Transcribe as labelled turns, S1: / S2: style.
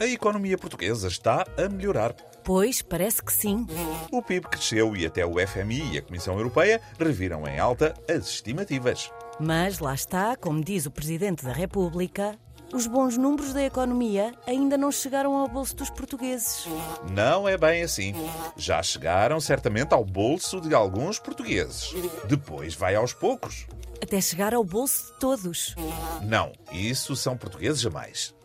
S1: A economia portuguesa está a melhorar.
S2: Pois, parece que sim.
S1: O PIB cresceu e até o FMI e a Comissão Europeia reviram em alta as estimativas.
S2: Mas lá está, como diz o Presidente da República, os bons números da economia ainda não chegaram ao bolso dos portugueses.
S1: Não é bem assim. Já chegaram certamente ao bolso de alguns portugueses. Depois vai aos poucos.
S2: Até chegar ao bolso de todos.
S1: Não, isso são portugueses a mais.